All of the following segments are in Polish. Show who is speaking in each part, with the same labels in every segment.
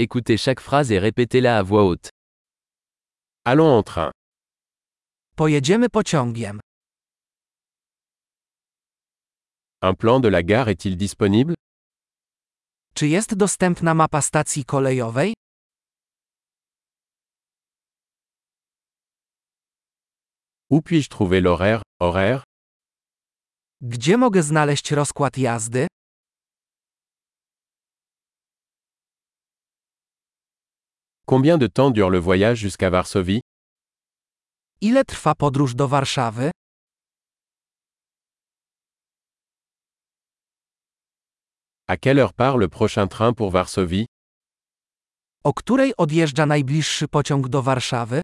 Speaker 1: Écoutez chaque phrase et répétez-la à voix haute.
Speaker 2: Allons en train.
Speaker 3: Pojedziemy pociągiem.
Speaker 2: Un plan de la gare est-il disponible
Speaker 3: Czy jest dostępna mapa stacji kolejowej?
Speaker 2: Où puis-je trouver l'horaire Horaire
Speaker 3: Gdzie mogę znaleźć rozkład jazdy?
Speaker 2: Combien de temps dure le voyage jusqu'à Varsovie
Speaker 3: Ile trwa podróż do Warszawy?
Speaker 2: À quelle heure part le prochain train pour Varsovie
Speaker 3: O której odjeżdża najbliższy pociąg do Warszawy?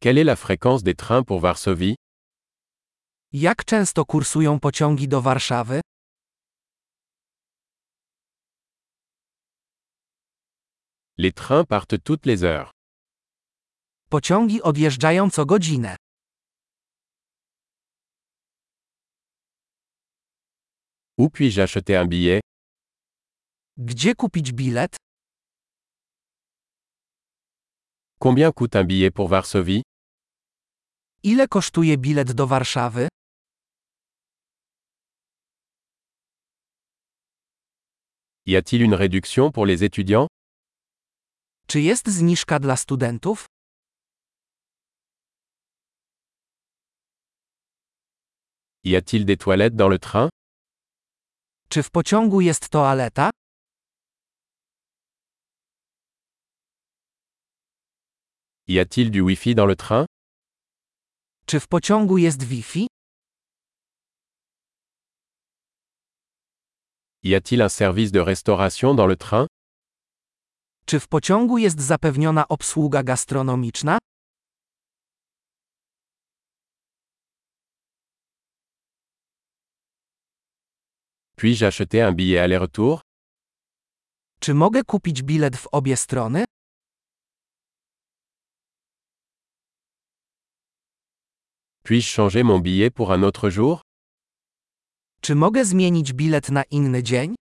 Speaker 2: Quelle est la fréquence des trains pour Varsovie
Speaker 3: Jak często kursują pociągi do Warszawy?
Speaker 2: Les trains partent toutes les heures.
Speaker 3: Pociągi odjeżdżają co godzinę.
Speaker 2: Où puis-je acheter un billet
Speaker 3: Gdzie kupić bilet?
Speaker 2: Combien coûte un billet pour Varsovie
Speaker 3: Ile kosztuje bilet do Warszawy?
Speaker 2: Y a-t-il une réduction pour les étudiants
Speaker 3: Czy jest zniżka dla studentów?
Speaker 2: Y a-t-il des toilettes dans le train
Speaker 3: Czy w pociągu jest toaleta?
Speaker 2: Y a-t-il du Wi-Fi dans le train
Speaker 3: Czy w pociągu jest Wi-Fi?
Speaker 2: Y a-t-il un service de restauration dans le train
Speaker 3: Czy w pociągu jest zapewniona obsługa gastronomiczna?
Speaker 2: Puis-je acheter un billet aller-retour
Speaker 3: Czy mogę kupić bilet w obie strony?
Speaker 2: Puis-je changer mon billet pour un autre jour
Speaker 3: Czy mogę zmienić bilet na inny dzień?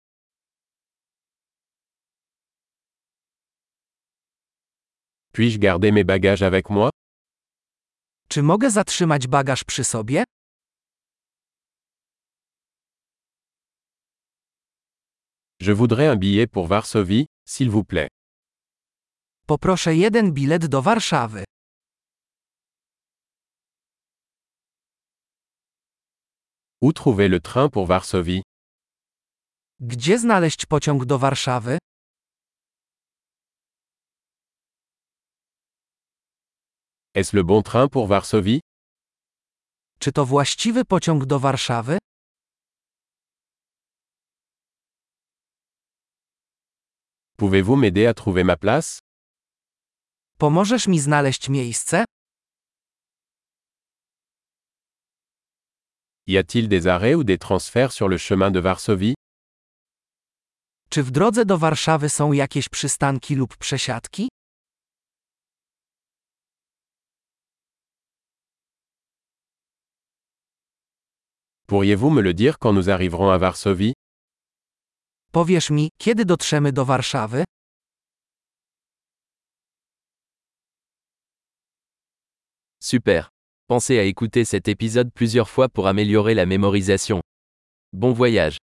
Speaker 2: Puis-je garder mes bagages avec moi
Speaker 3: Czy mogę zatrzymać bagaż przy sobie?
Speaker 2: Je voudrais un billet pour Varsovie, s'il vous plaît.
Speaker 3: Poproszę jeden bilet do Warszawy.
Speaker 2: Où trouver le train pour Varsovie
Speaker 3: Gdzie znaleźć pociąg do Warszawy?
Speaker 2: Est-ce le bon train pour Varsovie
Speaker 3: Czy to właściwy pociąg do Warszawy?
Speaker 2: Pouvez-vous m'aider à trouver ma place
Speaker 3: Pomożesz mi znaleźć miejsce?
Speaker 2: Y a-t-il des arrêts ou des transferts sur le chemin de Varsovie
Speaker 3: Czy w drodze do Warszawy są jakieś przystanki lub przesiadki?
Speaker 2: Pourriez-vous me le dire quand nous arriverons à Varsovie
Speaker 3: Powiesz mi, kiedy dotrzemy do Warszawy?
Speaker 1: Super. Pensez à écouter cet épisode plusieurs fois pour améliorer la mémorisation. Bon voyage.